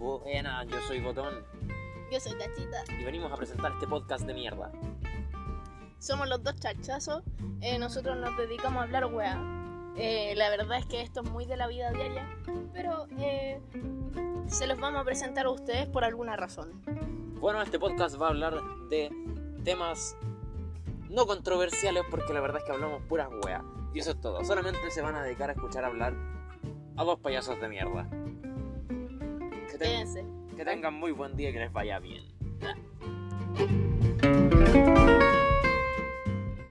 Hola, yo soy Botón Yo soy Tachita. y venimos a presentar este podcast de mierda. Somos los dos charchazos. eh, nosotros nos dedicamos a hablar weá. Eh, la verdad es que esto es muy de la vida diaria, pero eh, se los vamos a presentar a ustedes por alguna razón. Bueno, este podcast va a hablar de temas no controversiales porque la verdad es que hablamos puras weas. Y eso es todo. Solamente se van a dedicar a escuchar hablar a dos payasos de mierda. Que, ten- Quédense. que tengan muy buen día y que les vaya bien.